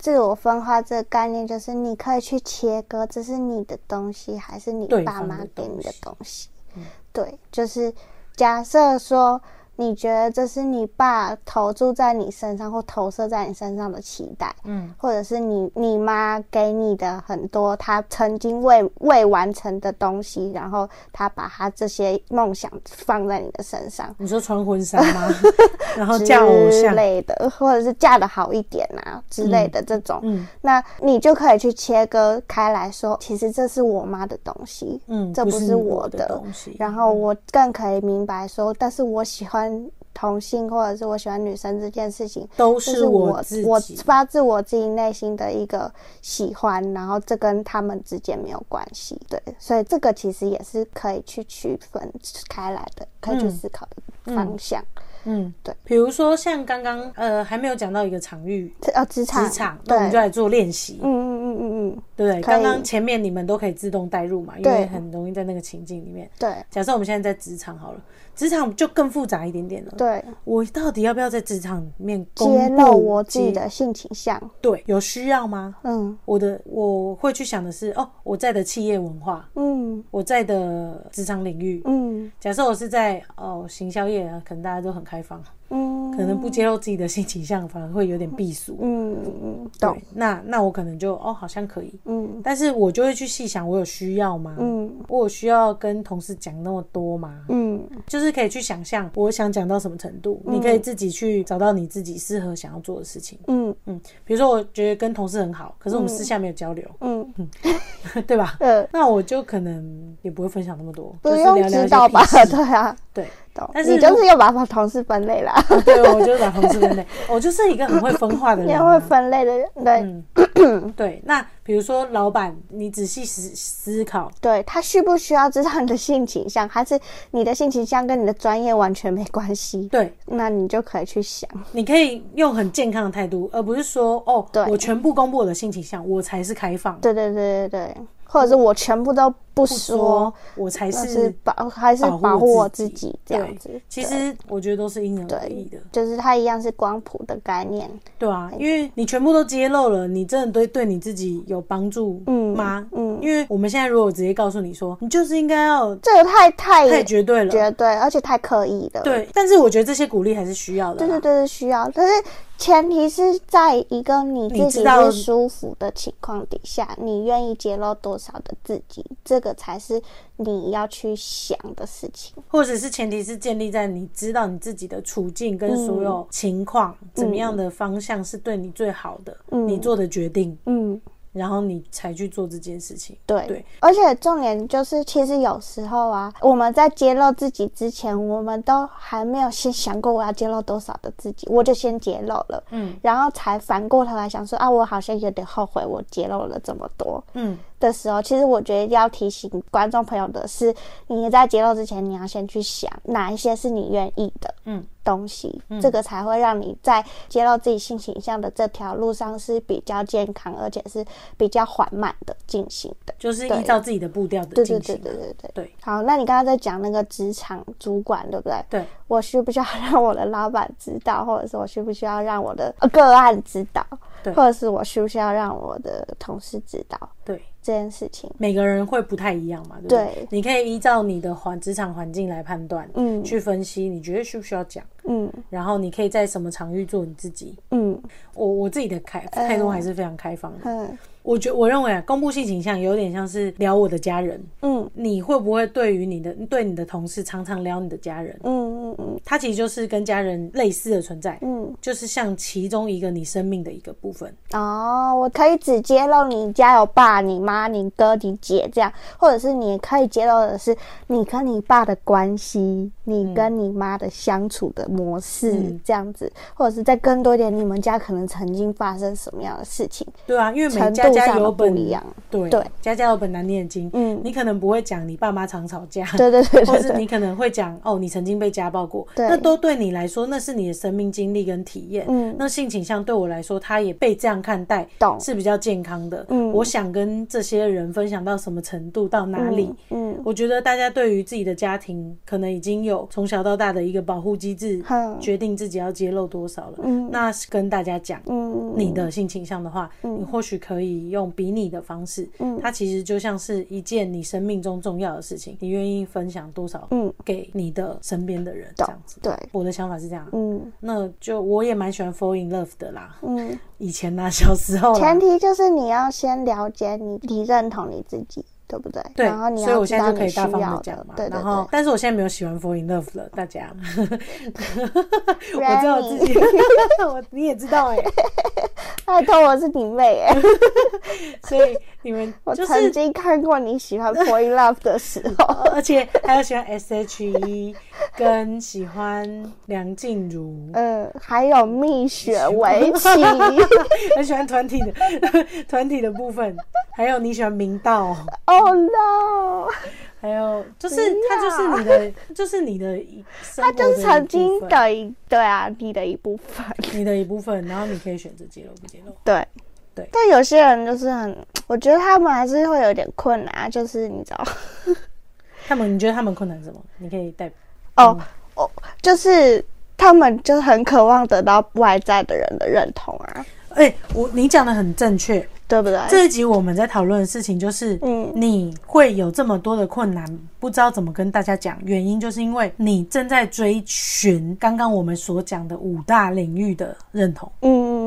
[SPEAKER 2] 自我分化这个概念就是你可以去切割，这是你的东西还是你
[SPEAKER 1] 对
[SPEAKER 2] 爸妈
[SPEAKER 1] 方的
[SPEAKER 2] 给你的
[SPEAKER 1] 东西嗯
[SPEAKER 2] 东西？对，就是假设说你觉得这是你爸投注在你身上或投射在你身上的期待，
[SPEAKER 1] 嗯，
[SPEAKER 2] 或者是你你妈给你的很多她曾经未未完成的东西，然后她把她这些梦想放在你的身上。
[SPEAKER 1] 你说穿婚纱 吗？然后嫁偶
[SPEAKER 2] 之
[SPEAKER 1] 像，
[SPEAKER 2] 类的，或者是嫁的好一点啊之类的这种，
[SPEAKER 1] 嗯
[SPEAKER 2] 那你就可以去切割开来说，其实这是我妈的东西，
[SPEAKER 1] 嗯，
[SPEAKER 2] 这
[SPEAKER 1] 不
[SPEAKER 2] 不是
[SPEAKER 1] 我
[SPEAKER 2] 我的
[SPEAKER 1] 东西。
[SPEAKER 2] 然后我更可以明白说，但是我喜欢同性或者是我喜欢女生这件事情，
[SPEAKER 1] 都
[SPEAKER 2] 这
[SPEAKER 1] 是
[SPEAKER 2] 我
[SPEAKER 1] 自
[SPEAKER 2] 我
[SPEAKER 1] 己，
[SPEAKER 2] 发自我自己内心的一个喜欢，然后这跟他们之间没有关系，对，所以这个其实也是可以去区分开来的，可以去
[SPEAKER 1] 嗯
[SPEAKER 2] 思考的方向，
[SPEAKER 1] 嗯，
[SPEAKER 2] 对。
[SPEAKER 1] 比如说像刚刚呃还没有讲到一个场域，
[SPEAKER 2] 这呃职场
[SPEAKER 1] 职场，那
[SPEAKER 2] 对
[SPEAKER 1] 我们就来做练习
[SPEAKER 2] 嗯，嗯嗯嗯嗯，
[SPEAKER 1] 对不对？
[SPEAKER 2] 可
[SPEAKER 1] 刚
[SPEAKER 2] 以
[SPEAKER 1] 刚前面你们都可以自动带入嘛，因为很容易在那个情境里面。
[SPEAKER 2] 对
[SPEAKER 1] 假设我们现在在职场好了，职场就更复杂一点点了。
[SPEAKER 2] 对，
[SPEAKER 1] 我到底要不要在职场里面公
[SPEAKER 2] 揭
[SPEAKER 1] 布
[SPEAKER 2] 露我自己
[SPEAKER 1] 揭？
[SPEAKER 2] 的性倾向，
[SPEAKER 1] 对，有需要吗？
[SPEAKER 2] 嗯
[SPEAKER 1] 我的我会去想的是，哦，我在的企业文化，
[SPEAKER 2] 嗯
[SPEAKER 1] 我在的职场领域。
[SPEAKER 2] 嗯
[SPEAKER 1] 假设我是在哦行销业，可能大家都很开放，
[SPEAKER 2] 嗯，
[SPEAKER 1] 可能不揭露自己的性倾向，反而会有点避俗。
[SPEAKER 2] 嗯嗯懂
[SPEAKER 1] 对，，那那我可能就哦好像可以，
[SPEAKER 2] 嗯
[SPEAKER 1] 但是我就会去细想，我有需要吗？
[SPEAKER 2] 嗯
[SPEAKER 1] 我有需要跟同事讲那么多吗？
[SPEAKER 2] 嗯
[SPEAKER 1] 就是可以去想象，我想讲到什么程度，你可以自己去找到你自己适合想要做的事情。
[SPEAKER 2] 嗯
[SPEAKER 1] 嗯，比如说我觉得跟同事很好，可是我们私下没有交流，
[SPEAKER 2] 嗯
[SPEAKER 1] 对吧？
[SPEAKER 2] 呃，
[SPEAKER 1] 那我就可能也不会分享那么多，
[SPEAKER 2] 不
[SPEAKER 1] 就是
[SPEAKER 2] 用
[SPEAKER 1] 聊聊
[SPEAKER 2] 知
[SPEAKER 1] 一
[SPEAKER 2] 道
[SPEAKER 1] 些
[SPEAKER 2] 吧
[SPEAKER 1] 屁？事。
[SPEAKER 2] 对啊，
[SPEAKER 1] 对，
[SPEAKER 2] 懂
[SPEAKER 1] 但，是
[SPEAKER 2] 你
[SPEAKER 1] 如
[SPEAKER 2] 就是要把把同事分类啦，
[SPEAKER 1] 对，我就是把同事 分类，我就是一个很会分化的
[SPEAKER 2] 你
[SPEAKER 1] 人
[SPEAKER 2] 也会
[SPEAKER 1] 啊、
[SPEAKER 2] 分类的人，对
[SPEAKER 1] 嗯， 对。那比如说老板，你仔细思思考，
[SPEAKER 2] 对，他需不需要知道你的性倾向，还是你的性倾向跟你的专业完全没关系？
[SPEAKER 1] 对，
[SPEAKER 2] 那你就可以去想，
[SPEAKER 1] 你可以用很健康的态度，而不是说哦
[SPEAKER 2] 对，
[SPEAKER 1] 我全部公布我的性倾向，我才是开放，
[SPEAKER 2] 对对对对对，或者是我全部都不
[SPEAKER 1] 不
[SPEAKER 2] 说
[SPEAKER 1] 说，我才
[SPEAKER 2] 那
[SPEAKER 1] 是。
[SPEAKER 2] 保还是
[SPEAKER 1] 保护
[SPEAKER 2] 保护我自
[SPEAKER 1] 自
[SPEAKER 2] 己这
[SPEAKER 1] 对
[SPEAKER 2] 样子。
[SPEAKER 1] 其
[SPEAKER 2] 对
[SPEAKER 1] 实我觉得都是因人而异的，
[SPEAKER 2] 就是它一样是光谱的概念，哎
[SPEAKER 1] 对啊，因为你全部都揭露了，你真的对对你自己有帮助
[SPEAKER 2] 嗯
[SPEAKER 1] 吗？
[SPEAKER 2] 嗯
[SPEAKER 1] 因为我们现在如果直接告诉你说，你就是应该要
[SPEAKER 2] 这个太太
[SPEAKER 1] 太绝对了，
[SPEAKER 2] 绝对，而且太刻意了。
[SPEAKER 1] 对，但是我觉得这些鼓励还是需要的啦。
[SPEAKER 2] 对对对，是需要，但是前提是在一个你
[SPEAKER 1] 你
[SPEAKER 2] 自
[SPEAKER 1] 知
[SPEAKER 2] 己
[SPEAKER 1] 道
[SPEAKER 2] 是舒服的情况底下，你愿意揭露多少的自己，这个才是你要去想的事情。
[SPEAKER 1] 或者是前提是建立在你知道你自己的处境跟
[SPEAKER 2] 嗯
[SPEAKER 1] 所有情况、怎么样的方向是对你最好的，你做的决定，
[SPEAKER 2] 嗯，
[SPEAKER 1] 然后你才去做这件事情。
[SPEAKER 2] 对。
[SPEAKER 1] 对
[SPEAKER 2] 而且重点就是，其实有时候啊，我们在揭露自己之前，我们都还没有先想过我要揭露多少的自己，我就先揭露了。嗯，然后才反过头来想说啊，我好像有点后悔我揭露了这么多。
[SPEAKER 1] 嗯，
[SPEAKER 2] 的时候，其实我觉得要提醒观众朋友的是，你在揭露之前，你要先去想哪一些是你愿意的，
[SPEAKER 1] 嗯，
[SPEAKER 2] 东西，这个才会让你在揭露自己性倾向的这条路上是比较健康，而且是比较缓慢的进行的。
[SPEAKER 1] 就是
[SPEAKER 2] 对
[SPEAKER 1] 依照自己的步调的
[SPEAKER 2] 对对
[SPEAKER 1] 进行
[SPEAKER 2] 对
[SPEAKER 1] 啊。
[SPEAKER 2] 对对对
[SPEAKER 1] 对。
[SPEAKER 2] 好，那你刚刚在讲那个职场主管，对不对？
[SPEAKER 1] 对
[SPEAKER 2] 我需不需要 让我的老板知道，或者是我需不需要让我的呃个案知道，
[SPEAKER 1] 对
[SPEAKER 2] 或者是我需不需要让我的同事知道
[SPEAKER 1] 对，
[SPEAKER 2] 这件事情？
[SPEAKER 1] 每个人会不太一样嘛，对不对？
[SPEAKER 2] 对
[SPEAKER 1] 你可以依照你的环职场环境来判断，
[SPEAKER 2] 嗯
[SPEAKER 1] 去分析你觉得需不需要讲，
[SPEAKER 2] 嗯
[SPEAKER 1] 然后你可以在什么场域做你自己。
[SPEAKER 2] 嗯
[SPEAKER 1] 我我自己的开
[SPEAKER 2] 呃
[SPEAKER 1] 态度还是非常开放的。
[SPEAKER 2] 嗯
[SPEAKER 1] 我觉我认为啊，公布性倾向有点像是聊我的家人，
[SPEAKER 2] 嗯
[SPEAKER 1] 你会不会对于你的对你的同事常常聊你的家人？
[SPEAKER 2] 嗯嗯嗯
[SPEAKER 1] 他其实就是跟家人类似的存在，
[SPEAKER 2] 嗯，
[SPEAKER 1] 就是像其中一个你生命的一个部分。
[SPEAKER 2] 哦，我可以只揭露你家有爸、你妈、你哥、你姐这样，或者是你可以揭露的是你跟你爸的关系，你跟你妈的相处的模式、
[SPEAKER 1] 嗯
[SPEAKER 2] 这样子，或者是再更多一点，你们家可能曾经发生什么样的事情，
[SPEAKER 1] 对啊，因为每
[SPEAKER 2] 程
[SPEAKER 1] 家
[SPEAKER 2] 度
[SPEAKER 1] 家
[SPEAKER 2] 上
[SPEAKER 1] 有
[SPEAKER 2] 的不
[SPEAKER 1] 本
[SPEAKER 2] 一样。
[SPEAKER 1] 对
[SPEAKER 2] 对
[SPEAKER 1] 家家有本难念的经。
[SPEAKER 2] 嗯
[SPEAKER 1] 你可能不会讲你爸妈常吵架，
[SPEAKER 2] 对对对
[SPEAKER 1] 或
[SPEAKER 2] 对
[SPEAKER 1] 是
[SPEAKER 2] 对，
[SPEAKER 1] 你可能会讲哦，你曾经被家暴过，
[SPEAKER 2] 对
[SPEAKER 1] 那都对你来说那是你的生命经历跟体验。
[SPEAKER 2] 嗯
[SPEAKER 1] 那性倾向对我来说，他也被这样看待，
[SPEAKER 2] 懂
[SPEAKER 1] 是比较健康的。
[SPEAKER 2] 嗯
[SPEAKER 1] 我想跟这些人分享到什么程度，到哪里。
[SPEAKER 2] 嗯，
[SPEAKER 1] 我觉得大家对于自己的家庭，可能已经有从小到大的一个保护机制，
[SPEAKER 2] 哼
[SPEAKER 1] 决定自己要揭露多少了。
[SPEAKER 2] 嗯
[SPEAKER 1] 那是跟大家讲，
[SPEAKER 2] 嗯
[SPEAKER 1] 你的性倾向的话，你或许可以用比拟的方式，
[SPEAKER 2] 嗯
[SPEAKER 1] 它其实就像是一件你生命中重要的事情，你愿意分享多少
[SPEAKER 2] 嗯
[SPEAKER 1] 给你的身边的人，这
[SPEAKER 2] 懂
[SPEAKER 1] 样子。
[SPEAKER 2] 对，
[SPEAKER 1] 我的想法是这样啊，
[SPEAKER 2] 嗯
[SPEAKER 1] 那就我也蛮喜欢 fall in love 的啦，
[SPEAKER 2] 嗯。
[SPEAKER 1] 以前呐、小时候啦
[SPEAKER 2] 前，提就是你要先了解你，你认同你自己，对不对？
[SPEAKER 1] 对，
[SPEAKER 2] 然后你
[SPEAKER 1] 所以
[SPEAKER 2] 要
[SPEAKER 1] 我
[SPEAKER 2] 知
[SPEAKER 1] 现在
[SPEAKER 2] 道
[SPEAKER 1] 就可
[SPEAKER 2] 你
[SPEAKER 1] 以
[SPEAKER 2] 需
[SPEAKER 1] 大
[SPEAKER 2] 要
[SPEAKER 1] 方地
[SPEAKER 2] 的，
[SPEAKER 1] 讲嘛。
[SPEAKER 2] 对对
[SPEAKER 1] 然后，
[SPEAKER 2] 对。
[SPEAKER 1] 但是我现在没有喜欢 fall in love 了，大家，我知道我
[SPEAKER 2] Remy，
[SPEAKER 1] 自己， 我你也知道哎、
[SPEAKER 2] 拜托我是你妹 哎、
[SPEAKER 1] 所以你们
[SPEAKER 2] 我
[SPEAKER 1] 就
[SPEAKER 2] 曾
[SPEAKER 1] 是。
[SPEAKER 2] 经看过你喜 欢 f o r in Love 的时候，
[SPEAKER 1] 而且还有喜欢 S.H.E，跟喜欢梁静茹，
[SPEAKER 2] 嗯，还有蜜雪围棋，
[SPEAKER 1] 很喜欢团体的 团体的部分，还有你喜欢明道，
[SPEAKER 2] oh no，
[SPEAKER 1] 还有就是
[SPEAKER 2] 不
[SPEAKER 1] 它
[SPEAKER 2] 要
[SPEAKER 1] 就是你的，就是你的一，
[SPEAKER 2] 它
[SPEAKER 1] 它
[SPEAKER 2] 就是曾经的一对啊，你的一部分，
[SPEAKER 1] 你的一部分，然后你可以选择揭露不揭露。
[SPEAKER 2] 对。
[SPEAKER 1] 对
[SPEAKER 2] 但有些人就是很，我觉得他们还是会有点困难，啊就是你知道，
[SPEAKER 1] 他们你觉得他们困难什么？你可以代
[SPEAKER 2] 哦，哦，就是他们就是很渴望得到外在的人的认同啊，
[SPEAKER 1] 哎、我你讲的很正确。
[SPEAKER 2] 对不对？
[SPEAKER 1] 这一集我们在讨论的事情就是，
[SPEAKER 2] 嗯
[SPEAKER 1] 你会有这么多的困难，不知道怎么跟大家讲，原因就是因为你正在追寻刚刚我们所讲的五大领域的认同，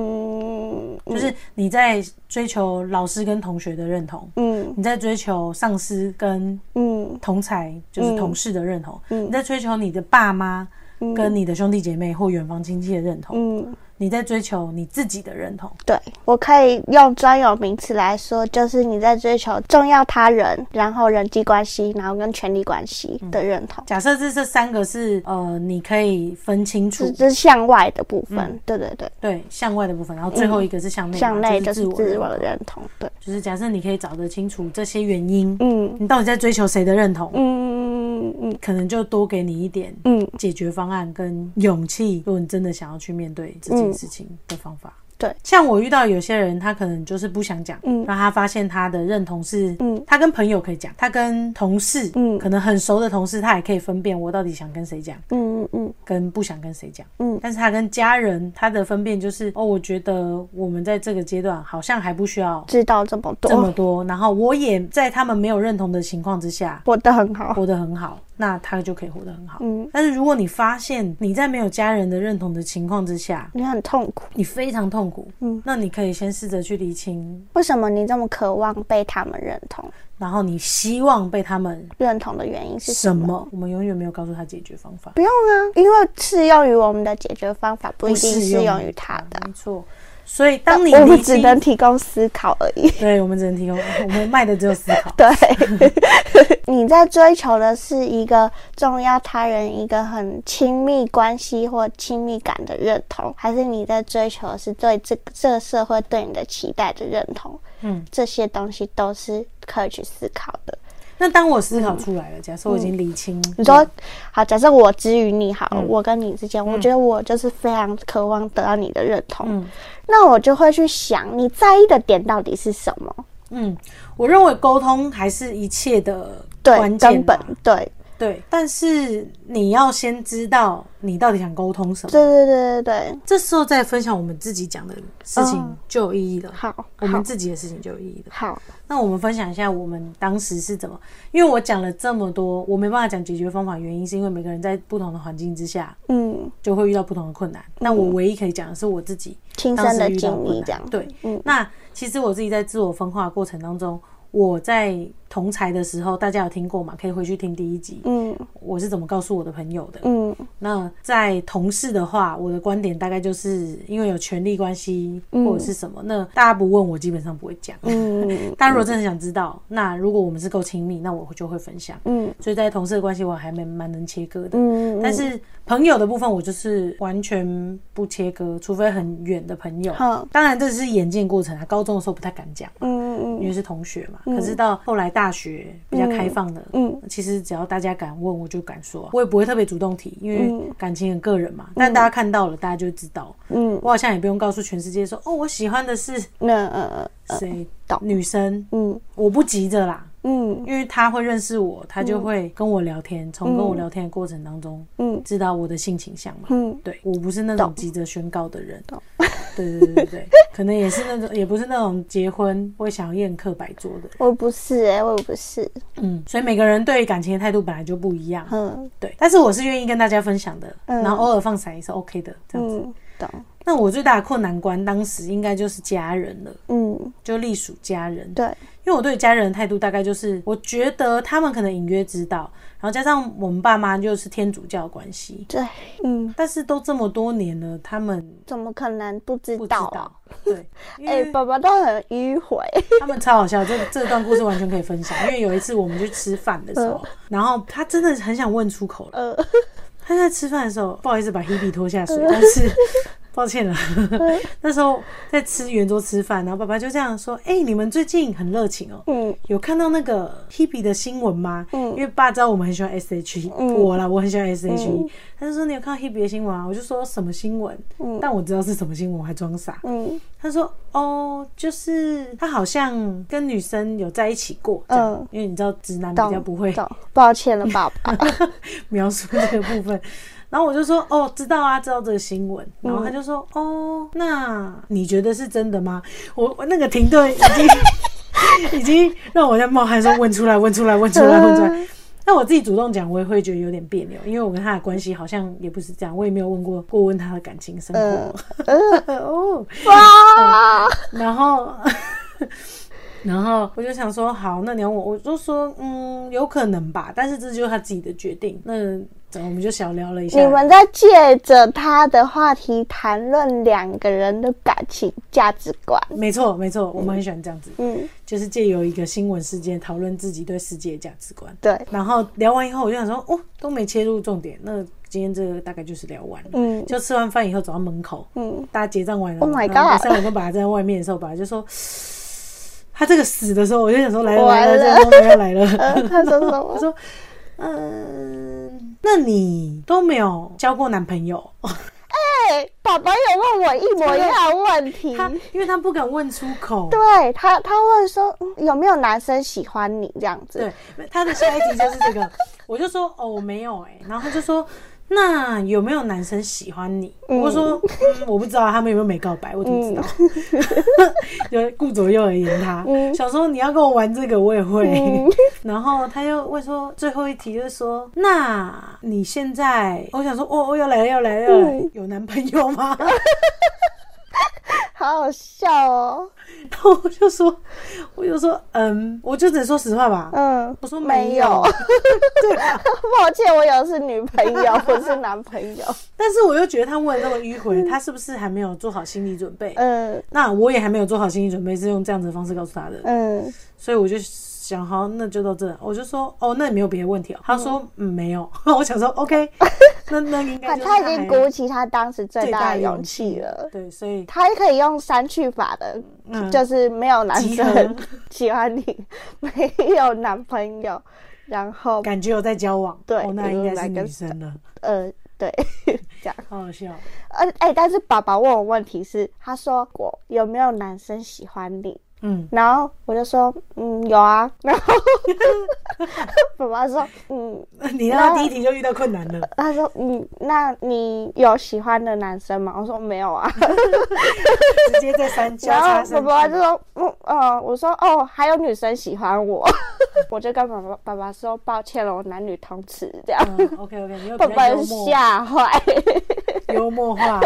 [SPEAKER 2] 嗯嗯
[SPEAKER 1] 就是你在追求老师跟同学的认同，
[SPEAKER 2] 嗯
[SPEAKER 1] 你在追求上司跟
[SPEAKER 2] 嗯
[SPEAKER 1] 同才，就是同事的认同，
[SPEAKER 2] 嗯
[SPEAKER 1] 你在追求你的爸妈
[SPEAKER 2] 嗯
[SPEAKER 1] 跟你的兄弟姐妹或远房亲戚的认同，
[SPEAKER 2] 嗯，
[SPEAKER 1] 你在追求你自己的认同。
[SPEAKER 2] 对，我可以用专有名词来说，就是你在追求重要他人，然后人际关系，然后跟权力关系的认同，
[SPEAKER 1] 假设这这三个是呃，你可以分清楚
[SPEAKER 2] 这，这是向外的部分，对对对，
[SPEAKER 1] 对向外的部分，然后最后一个是向内嘛，
[SPEAKER 2] 嗯向嗯内啊
[SPEAKER 1] 就
[SPEAKER 2] 就是是
[SPEAKER 1] 自
[SPEAKER 2] 自
[SPEAKER 1] 我
[SPEAKER 2] 我
[SPEAKER 1] 的
[SPEAKER 2] 的认同，对，
[SPEAKER 1] 就是假设你可以找得清楚这些原因，
[SPEAKER 2] 嗯
[SPEAKER 1] 你到底在追求谁的认同，
[SPEAKER 2] 嗯嗯嗯
[SPEAKER 1] 可能就多给你一点
[SPEAKER 2] 嗯，
[SPEAKER 1] 解决方案跟勇气，如果你真的想要去面对这件事情的方法。
[SPEAKER 2] 对，
[SPEAKER 1] 像我遇到有些人，他可能就是不想讲，
[SPEAKER 2] 嗯
[SPEAKER 1] 然后他发现他的认同是，
[SPEAKER 2] 嗯
[SPEAKER 1] 他跟朋友可以讲，他跟同事，
[SPEAKER 2] 嗯
[SPEAKER 1] 可能很熟的同事，他也可以分辨我到底想跟谁讲，
[SPEAKER 2] 嗯嗯
[SPEAKER 1] 跟不想跟谁讲，
[SPEAKER 2] 嗯
[SPEAKER 1] 但是他跟家人，他的分辨就是，哦，我觉得我们在这个阶段好像还不需要
[SPEAKER 2] 知道这么多，
[SPEAKER 1] 这么多，然后我也在他们没有认同的情况之下
[SPEAKER 2] 活得很好。
[SPEAKER 1] 活得很好，那他就可以活得很好。
[SPEAKER 2] 嗯，
[SPEAKER 1] 但是如果你发现你在没有家人的认同的情况之下，
[SPEAKER 2] 你很痛苦，
[SPEAKER 1] 你非常痛苦，
[SPEAKER 2] 嗯，
[SPEAKER 1] 那你可以先试着去理清，
[SPEAKER 2] 为什么你这么渴望被他们认同？
[SPEAKER 1] 然后你希望被他们
[SPEAKER 2] 认同的原因是
[SPEAKER 1] 什么？我们永远没有告诉他解决方法，
[SPEAKER 2] 不用啊，因为适用于我们的解决方法不一定
[SPEAKER 1] 不
[SPEAKER 2] 适用于他的啊。
[SPEAKER 1] 没错。所以当你
[SPEAKER 2] 哦我
[SPEAKER 1] 理
[SPEAKER 2] 们只
[SPEAKER 1] 清，
[SPEAKER 2] 能提供思考而已。
[SPEAKER 1] 对我们只能提供，我们卖的只有思考。
[SPEAKER 2] 对，你在追求的是一个重要他人、一个很亲密关系或亲密感的认同，还是你在追求的是对这这个社会对你的期待的认同？
[SPEAKER 1] 嗯，
[SPEAKER 2] 这些东西都是可以去思考的。
[SPEAKER 1] 那当我思考出来了，假设我已经理清，
[SPEAKER 2] 嗯你说好，假设我之于你好，
[SPEAKER 1] 嗯
[SPEAKER 2] 我跟你之间，我觉得我就是非常渴望得到你的认同，
[SPEAKER 1] 嗯
[SPEAKER 2] 那我就会去想你在意的点到底是什么，
[SPEAKER 1] 嗯，我认为沟通还是一切的
[SPEAKER 2] 对，
[SPEAKER 1] 关键啊
[SPEAKER 2] 根本对，
[SPEAKER 1] 对，但是你要先知道你到底想沟通什么。
[SPEAKER 2] 对对对对对，
[SPEAKER 1] 这时候再分享我们自己讲的事情
[SPEAKER 2] 嗯
[SPEAKER 1] 就有意义了。
[SPEAKER 2] 好，
[SPEAKER 1] 我们
[SPEAKER 2] 好，
[SPEAKER 1] 自己的事情就有意义了。
[SPEAKER 2] 好，
[SPEAKER 1] 那我们分享一下我们当时是怎么，因为我讲了这么多，我没办法讲解决方法，原因是因为每个人在不同的环境之下
[SPEAKER 2] 嗯，
[SPEAKER 1] 就会遇到不同的困难。那我唯一可以讲的是我自己
[SPEAKER 2] 亲
[SPEAKER 1] 当
[SPEAKER 2] 身
[SPEAKER 1] 时
[SPEAKER 2] 的
[SPEAKER 1] 遇到
[SPEAKER 2] 经
[SPEAKER 1] 困
[SPEAKER 2] 历
[SPEAKER 1] 难
[SPEAKER 2] 这样，
[SPEAKER 1] 对，
[SPEAKER 2] 嗯
[SPEAKER 1] 那其实我自己在自我分化的过程当中，我在同才的时候，大家有听过嘛？可以回去听第一集，
[SPEAKER 2] 嗯
[SPEAKER 1] 我是怎么告诉我的朋友的。
[SPEAKER 2] 嗯
[SPEAKER 1] 那在同事的话，我的观点大概就是因为有权力关系
[SPEAKER 2] 嗯
[SPEAKER 1] 或者是什么，那大家不问我，基本上不会讲。
[SPEAKER 2] 嗯
[SPEAKER 1] 大家如果真的想知道，那如果我们是够亲密，那我就会分享。
[SPEAKER 2] 嗯
[SPEAKER 1] 所以在同事的关系，我还蛮蛮能切割的。
[SPEAKER 2] 嗯，
[SPEAKER 1] 但是朋友的部分，我就是完全不切割，除非很远的朋友。
[SPEAKER 2] 好，
[SPEAKER 1] 当然，这只是演进过程啊。高中的时候不太敢讲，
[SPEAKER 2] 嗯
[SPEAKER 1] 因
[SPEAKER 2] 嗯
[SPEAKER 1] 为是同学嘛。可是到后来大学比较开放的，
[SPEAKER 2] 嗯
[SPEAKER 1] 其实只要大家敢问，我就敢说啊、我也不会特别主动提，因为
[SPEAKER 2] 嗯
[SPEAKER 1] 感情很个人嘛。但大家看到了，大家就知道。
[SPEAKER 2] 嗯，
[SPEAKER 1] 我好像也不用告诉全世界说，哦，我喜欢的是
[SPEAKER 2] 那呃
[SPEAKER 1] 谁，
[SPEAKER 2] 懂
[SPEAKER 1] 女生，
[SPEAKER 2] 嗯
[SPEAKER 1] 我不急着啦。
[SPEAKER 2] 嗯
[SPEAKER 1] 因为他会认识我，他就会跟我聊天，从、跟我聊天的过程当中
[SPEAKER 2] 嗯
[SPEAKER 1] 知道我的性倾向嘛。
[SPEAKER 2] 嗯，
[SPEAKER 1] 对我不是那种
[SPEAKER 2] 懂
[SPEAKER 1] 急着宣告的人
[SPEAKER 2] 懂，
[SPEAKER 1] 对对对对 对，可能也是那种，也不是那种结婚会想要宴客摆桌的人，
[SPEAKER 2] 我不是哎，我不是，
[SPEAKER 1] 嗯，所以每个人对于感情的态度本来就不一样，
[SPEAKER 2] 嗯
[SPEAKER 1] 对，但是我是愿意跟大家分享的，
[SPEAKER 2] 嗯
[SPEAKER 1] 然后偶尔放闪也是 OK 的，这样子。
[SPEAKER 2] 嗯，懂，
[SPEAKER 1] 那我最大的困难关当时应该就是家人了，
[SPEAKER 2] 嗯
[SPEAKER 1] 就隶属家人，
[SPEAKER 2] 对，
[SPEAKER 1] 因为我对家人的态度大概就是，我觉得他们可能隐约知道，然后加上我们爸妈就是天主教关系，
[SPEAKER 2] 对，嗯，
[SPEAKER 1] 但是都这么多年了，他们
[SPEAKER 2] 怎么可能不知
[SPEAKER 1] 不知
[SPEAKER 2] 道啊？
[SPEAKER 1] 道， 对，因
[SPEAKER 2] 哎、
[SPEAKER 1] 为
[SPEAKER 2] 爸爸都很迂回，
[SPEAKER 1] 他们超好笑，这这段故事完全可以分享。因为有一次我们去吃饭的时
[SPEAKER 2] 嗯
[SPEAKER 1] 候，然后他真的很想问出口了。
[SPEAKER 2] 呃，
[SPEAKER 1] 他在吃饭的时候，不好意思把 Hebe 拖下水，
[SPEAKER 2] 嗯
[SPEAKER 1] 但是 抱歉了。 那时候在吃圆桌吃饭，然后爸爸就这样说：“哎、你们最近很热情哦、
[SPEAKER 2] 嗯
[SPEAKER 1] 有看到那个 Hebe 的新闻吗？
[SPEAKER 2] 嗯
[SPEAKER 1] 因为爸知道我们很喜欢 SHE，、
[SPEAKER 2] 嗯
[SPEAKER 1] 我啦，我很喜欢 SHE，、
[SPEAKER 2] 嗯
[SPEAKER 1] 他就说你有看到 Hebe 的新闻啊？我就说什么新闻？
[SPEAKER 2] 嗯
[SPEAKER 1] 但我知道是什么新闻，我还装傻。
[SPEAKER 2] 嗯
[SPEAKER 1] 他说：“哦，就是他好像跟女生有在一起过，这样，
[SPEAKER 2] 嗯
[SPEAKER 1] 因为你知道直男比较
[SPEAKER 2] 懂
[SPEAKER 1] 不会
[SPEAKER 2] 懂，抱歉了，爸爸，
[SPEAKER 1] 描述这个部分。”然后我就说：“哦，知道啊，知道这个新闻。”然后他就说：“哦，那你觉得是真的吗？”我我那个停顿已经已经 让我在冒汗，说问出来，问出来，问出来，问出来。那我自己主动讲，我也会觉得有点别扭，因为我跟他的关系好像也不是这样，我也没有问过过问他的感情生活。 哦，
[SPEAKER 2] 哇，
[SPEAKER 1] 然 后，然后我就想说，好，那你要我，我就说，嗯，有可能吧，但是这就是他自己的决定。那我们就小聊了一下
[SPEAKER 2] 你，们在借着他的话题谈论两个人的感情价值观，
[SPEAKER 1] 没错，没错，我们很喜欢这样子，
[SPEAKER 2] 嗯，
[SPEAKER 1] 就是借由一个新闻事件讨论自己对世界的价值观。
[SPEAKER 2] 对，
[SPEAKER 1] 然后聊完以后，我就想说，哦，都没切入重点，那今天这个大概就是聊完了。
[SPEAKER 2] 嗯
[SPEAKER 1] 就吃完饭以后走到门口，
[SPEAKER 2] 嗯，
[SPEAKER 1] 大家结账完了
[SPEAKER 2] Oh my
[SPEAKER 1] 然后
[SPEAKER 2] God
[SPEAKER 1] 我跟爸爸在外面的时候，爸爸就说。他这个死的时候，我就想说来了来
[SPEAKER 2] 完
[SPEAKER 1] 了，
[SPEAKER 2] 了
[SPEAKER 1] 这个东西要来了。
[SPEAKER 2] 呃，他说什
[SPEAKER 1] 我
[SPEAKER 2] 么？
[SPEAKER 1] 说，嗯，那你都没有交过男朋友？
[SPEAKER 2] 哎、对，宝宝有问我一模一样的问题。
[SPEAKER 1] 他因为他不敢问出口。
[SPEAKER 2] 对他，他问说、嗯有没有男生喜欢你这样子？
[SPEAKER 1] 对，他的下一题就是 这个，我就说哦，我没有哎、然后他就说。那有没有男生喜欢你？我说、嗯我不知道他们有没有没告白，我怎么知道？嗯 就顾左右而言他，想说你要跟我玩这个，我也会。 然后他又问说，最后一题就是说，那你现在，我想说，哦，哦要来了，要来了，要来了有男朋友吗？
[SPEAKER 2] 好好笑哦。
[SPEAKER 1] 然后 我就说，我就说，嗯，我就只能说实话吧。
[SPEAKER 2] 嗯，
[SPEAKER 1] 我说
[SPEAKER 2] 没
[SPEAKER 1] 没有 对啊，
[SPEAKER 2] 抱歉，我有是女朋 友，不是男朋友。
[SPEAKER 1] 但是我又觉得他问的那么迂回，他是不是还没有做好心理准备？
[SPEAKER 2] 嗯
[SPEAKER 1] 那我也还没有做好心理准备，是用这样子的方式告诉他的，
[SPEAKER 2] 嗯，
[SPEAKER 1] 所以我就想，好，那就到这。我就说，哦，那也没有别的问题哦。他说，嗯，没有。 我想说，OK，那那应该
[SPEAKER 2] 他
[SPEAKER 1] 就是
[SPEAKER 2] 他已经
[SPEAKER 1] 还
[SPEAKER 2] 鼓起他当时最
[SPEAKER 1] 最
[SPEAKER 2] 大
[SPEAKER 1] 大
[SPEAKER 2] 的
[SPEAKER 1] 的
[SPEAKER 2] 勇
[SPEAKER 1] 勇
[SPEAKER 2] 气
[SPEAKER 1] 气
[SPEAKER 2] 了。
[SPEAKER 1] 对，所以
[SPEAKER 2] 他也可以用删去法的，
[SPEAKER 1] 嗯
[SPEAKER 2] 就是没有男
[SPEAKER 1] 集
[SPEAKER 2] 生
[SPEAKER 1] 合
[SPEAKER 2] 喜欢你，没有男朋友，然后
[SPEAKER 1] 感觉有在交往。
[SPEAKER 2] 对
[SPEAKER 1] 哦，那应该是
[SPEAKER 2] 就是那个
[SPEAKER 1] 女生了，
[SPEAKER 2] 呃，对，这样。
[SPEAKER 1] 好好笑。
[SPEAKER 2] 呃，哎、但是爸爸问我问题是，他说我有没有男生喜欢你？
[SPEAKER 1] 嗯，
[SPEAKER 2] 然后我就说，嗯，有啊。 然后爸爸说，嗯，
[SPEAKER 1] 你让他第一题就遇到困难了，
[SPEAKER 2] 他说，嗯，那你有喜欢的男生吗？我说没有啊。
[SPEAKER 1] 直接在三交叉
[SPEAKER 2] 然后
[SPEAKER 1] 三
[SPEAKER 2] 爸。爸就说，嗯呃，我说哦，还有女生喜欢我， 我就跟爸爸爸爸说抱歉了，我男女通吃这样。
[SPEAKER 1] 嗯，OK OK，你又比
[SPEAKER 2] 爸爸
[SPEAKER 1] 较幽默，
[SPEAKER 2] 吓坏，
[SPEAKER 1] 幽默化，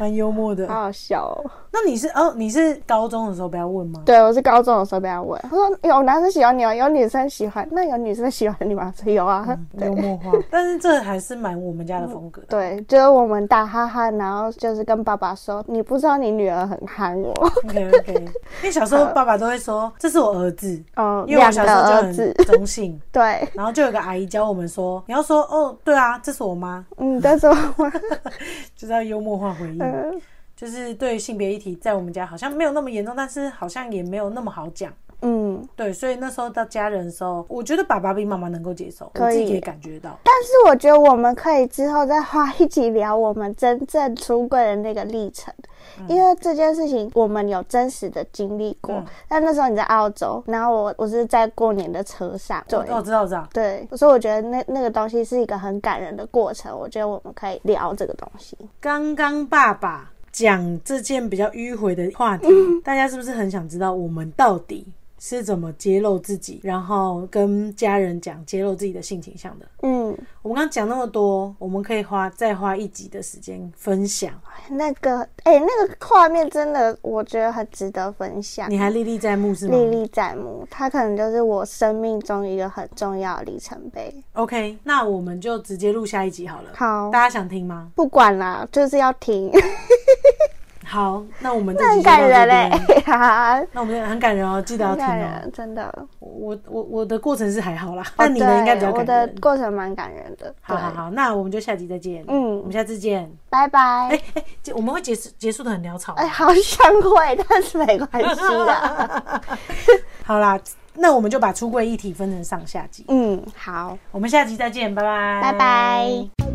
[SPEAKER 1] 蛮幽默的。
[SPEAKER 2] 好好笑哦。
[SPEAKER 1] 那你是哦，你是高中的时候不要问吗？
[SPEAKER 2] 对，我是高中的时候被他问，他说有男生喜欢你吗？有女生喜欢，那有女生喜欢你吗？我 说有啊。
[SPEAKER 1] 嗯幽默化，但是这还是蛮我们家的风格。
[SPEAKER 2] 对，就是我们打哈哈，然后就是跟爸爸说，你不知道你女儿很憨哦我，
[SPEAKER 1] OK OK，因为小时候爸爸都会说这是我儿子，
[SPEAKER 2] 哦，
[SPEAKER 1] 因为我
[SPEAKER 2] 两
[SPEAKER 1] 小
[SPEAKER 2] 个
[SPEAKER 1] 时候就
[SPEAKER 2] 儿子
[SPEAKER 1] 很，中性，
[SPEAKER 2] 对，
[SPEAKER 1] 然后就有个阿姨教我们说，你要说哦，对啊，这是我妈，
[SPEAKER 2] 嗯，但是我们，
[SPEAKER 1] 就是要幽默化回应。
[SPEAKER 2] 嗯
[SPEAKER 1] 就是对性别议题，在我们家好像没有那么严重，但是好像也没有那么好讲。
[SPEAKER 2] 嗯，
[SPEAKER 1] 对，所以那时候到家人的时候，我觉得爸爸比妈妈能够接受，
[SPEAKER 2] 可以
[SPEAKER 1] 我自己也感觉到。
[SPEAKER 2] 但是我觉得我们可以之后再花一集聊我们真正出柜的那个历程，因为这件事情我们有真实的经历过
[SPEAKER 1] 嗯。
[SPEAKER 2] 但那时候你在澳洲，然后我我是在过年的车上，对，
[SPEAKER 1] 哦，我知道，我知道。
[SPEAKER 2] 对，所以我觉得那那个东西是一个很感人的过程。我觉得我们可以聊这个东西。
[SPEAKER 1] 刚刚爸爸讲这件比较迂回的话题，
[SPEAKER 2] 嗯
[SPEAKER 1] 大家是不是很想知道我们到底是怎么揭露自己，然后跟家人讲揭露自己的性倾向的？
[SPEAKER 2] 嗯，
[SPEAKER 1] 我们刚刚讲那么多，我们可以花再花一集的时间分享，
[SPEAKER 2] 那个，哎、那个画面真的，我觉得很值得分享。
[SPEAKER 1] 你还历历在目是吗
[SPEAKER 2] 历历在目，它可能就是我生命中一个很重要的里程碑。
[SPEAKER 1] ？OK，那我们就直接录下一集好了。
[SPEAKER 2] 好
[SPEAKER 1] 大，家想听吗？
[SPEAKER 2] 不管啦，就是要听，
[SPEAKER 1] 好，那我们这集
[SPEAKER 2] 很
[SPEAKER 1] 就到
[SPEAKER 2] 感
[SPEAKER 1] 这
[SPEAKER 2] 人嘞、
[SPEAKER 1] 边。
[SPEAKER 2] 欸，哈哈
[SPEAKER 1] 那我们很感人哦，记得要
[SPEAKER 2] 很
[SPEAKER 1] 听
[SPEAKER 2] 感
[SPEAKER 1] 哦。
[SPEAKER 2] 人，真的。
[SPEAKER 1] 我我我的过程是还好啦，
[SPEAKER 2] 那
[SPEAKER 1] 但你的应该比较
[SPEAKER 2] 我
[SPEAKER 1] 感
[SPEAKER 2] 的
[SPEAKER 1] 人。
[SPEAKER 2] 过程蛮感人的。
[SPEAKER 1] 好好
[SPEAKER 2] 对，
[SPEAKER 1] 好，那我们就下集再见。
[SPEAKER 2] 嗯
[SPEAKER 1] 我们下次见。
[SPEAKER 2] 拜拜。
[SPEAKER 1] 哎哎，结我们会结束结束的很潦草。
[SPEAKER 2] 哎、好像会， 但是没关系的。
[SPEAKER 1] 好啦，那我们就把出柜议题分成上下集。
[SPEAKER 2] 嗯，好。
[SPEAKER 1] 我们下集再见，拜拜，
[SPEAKER 2] 拜拜。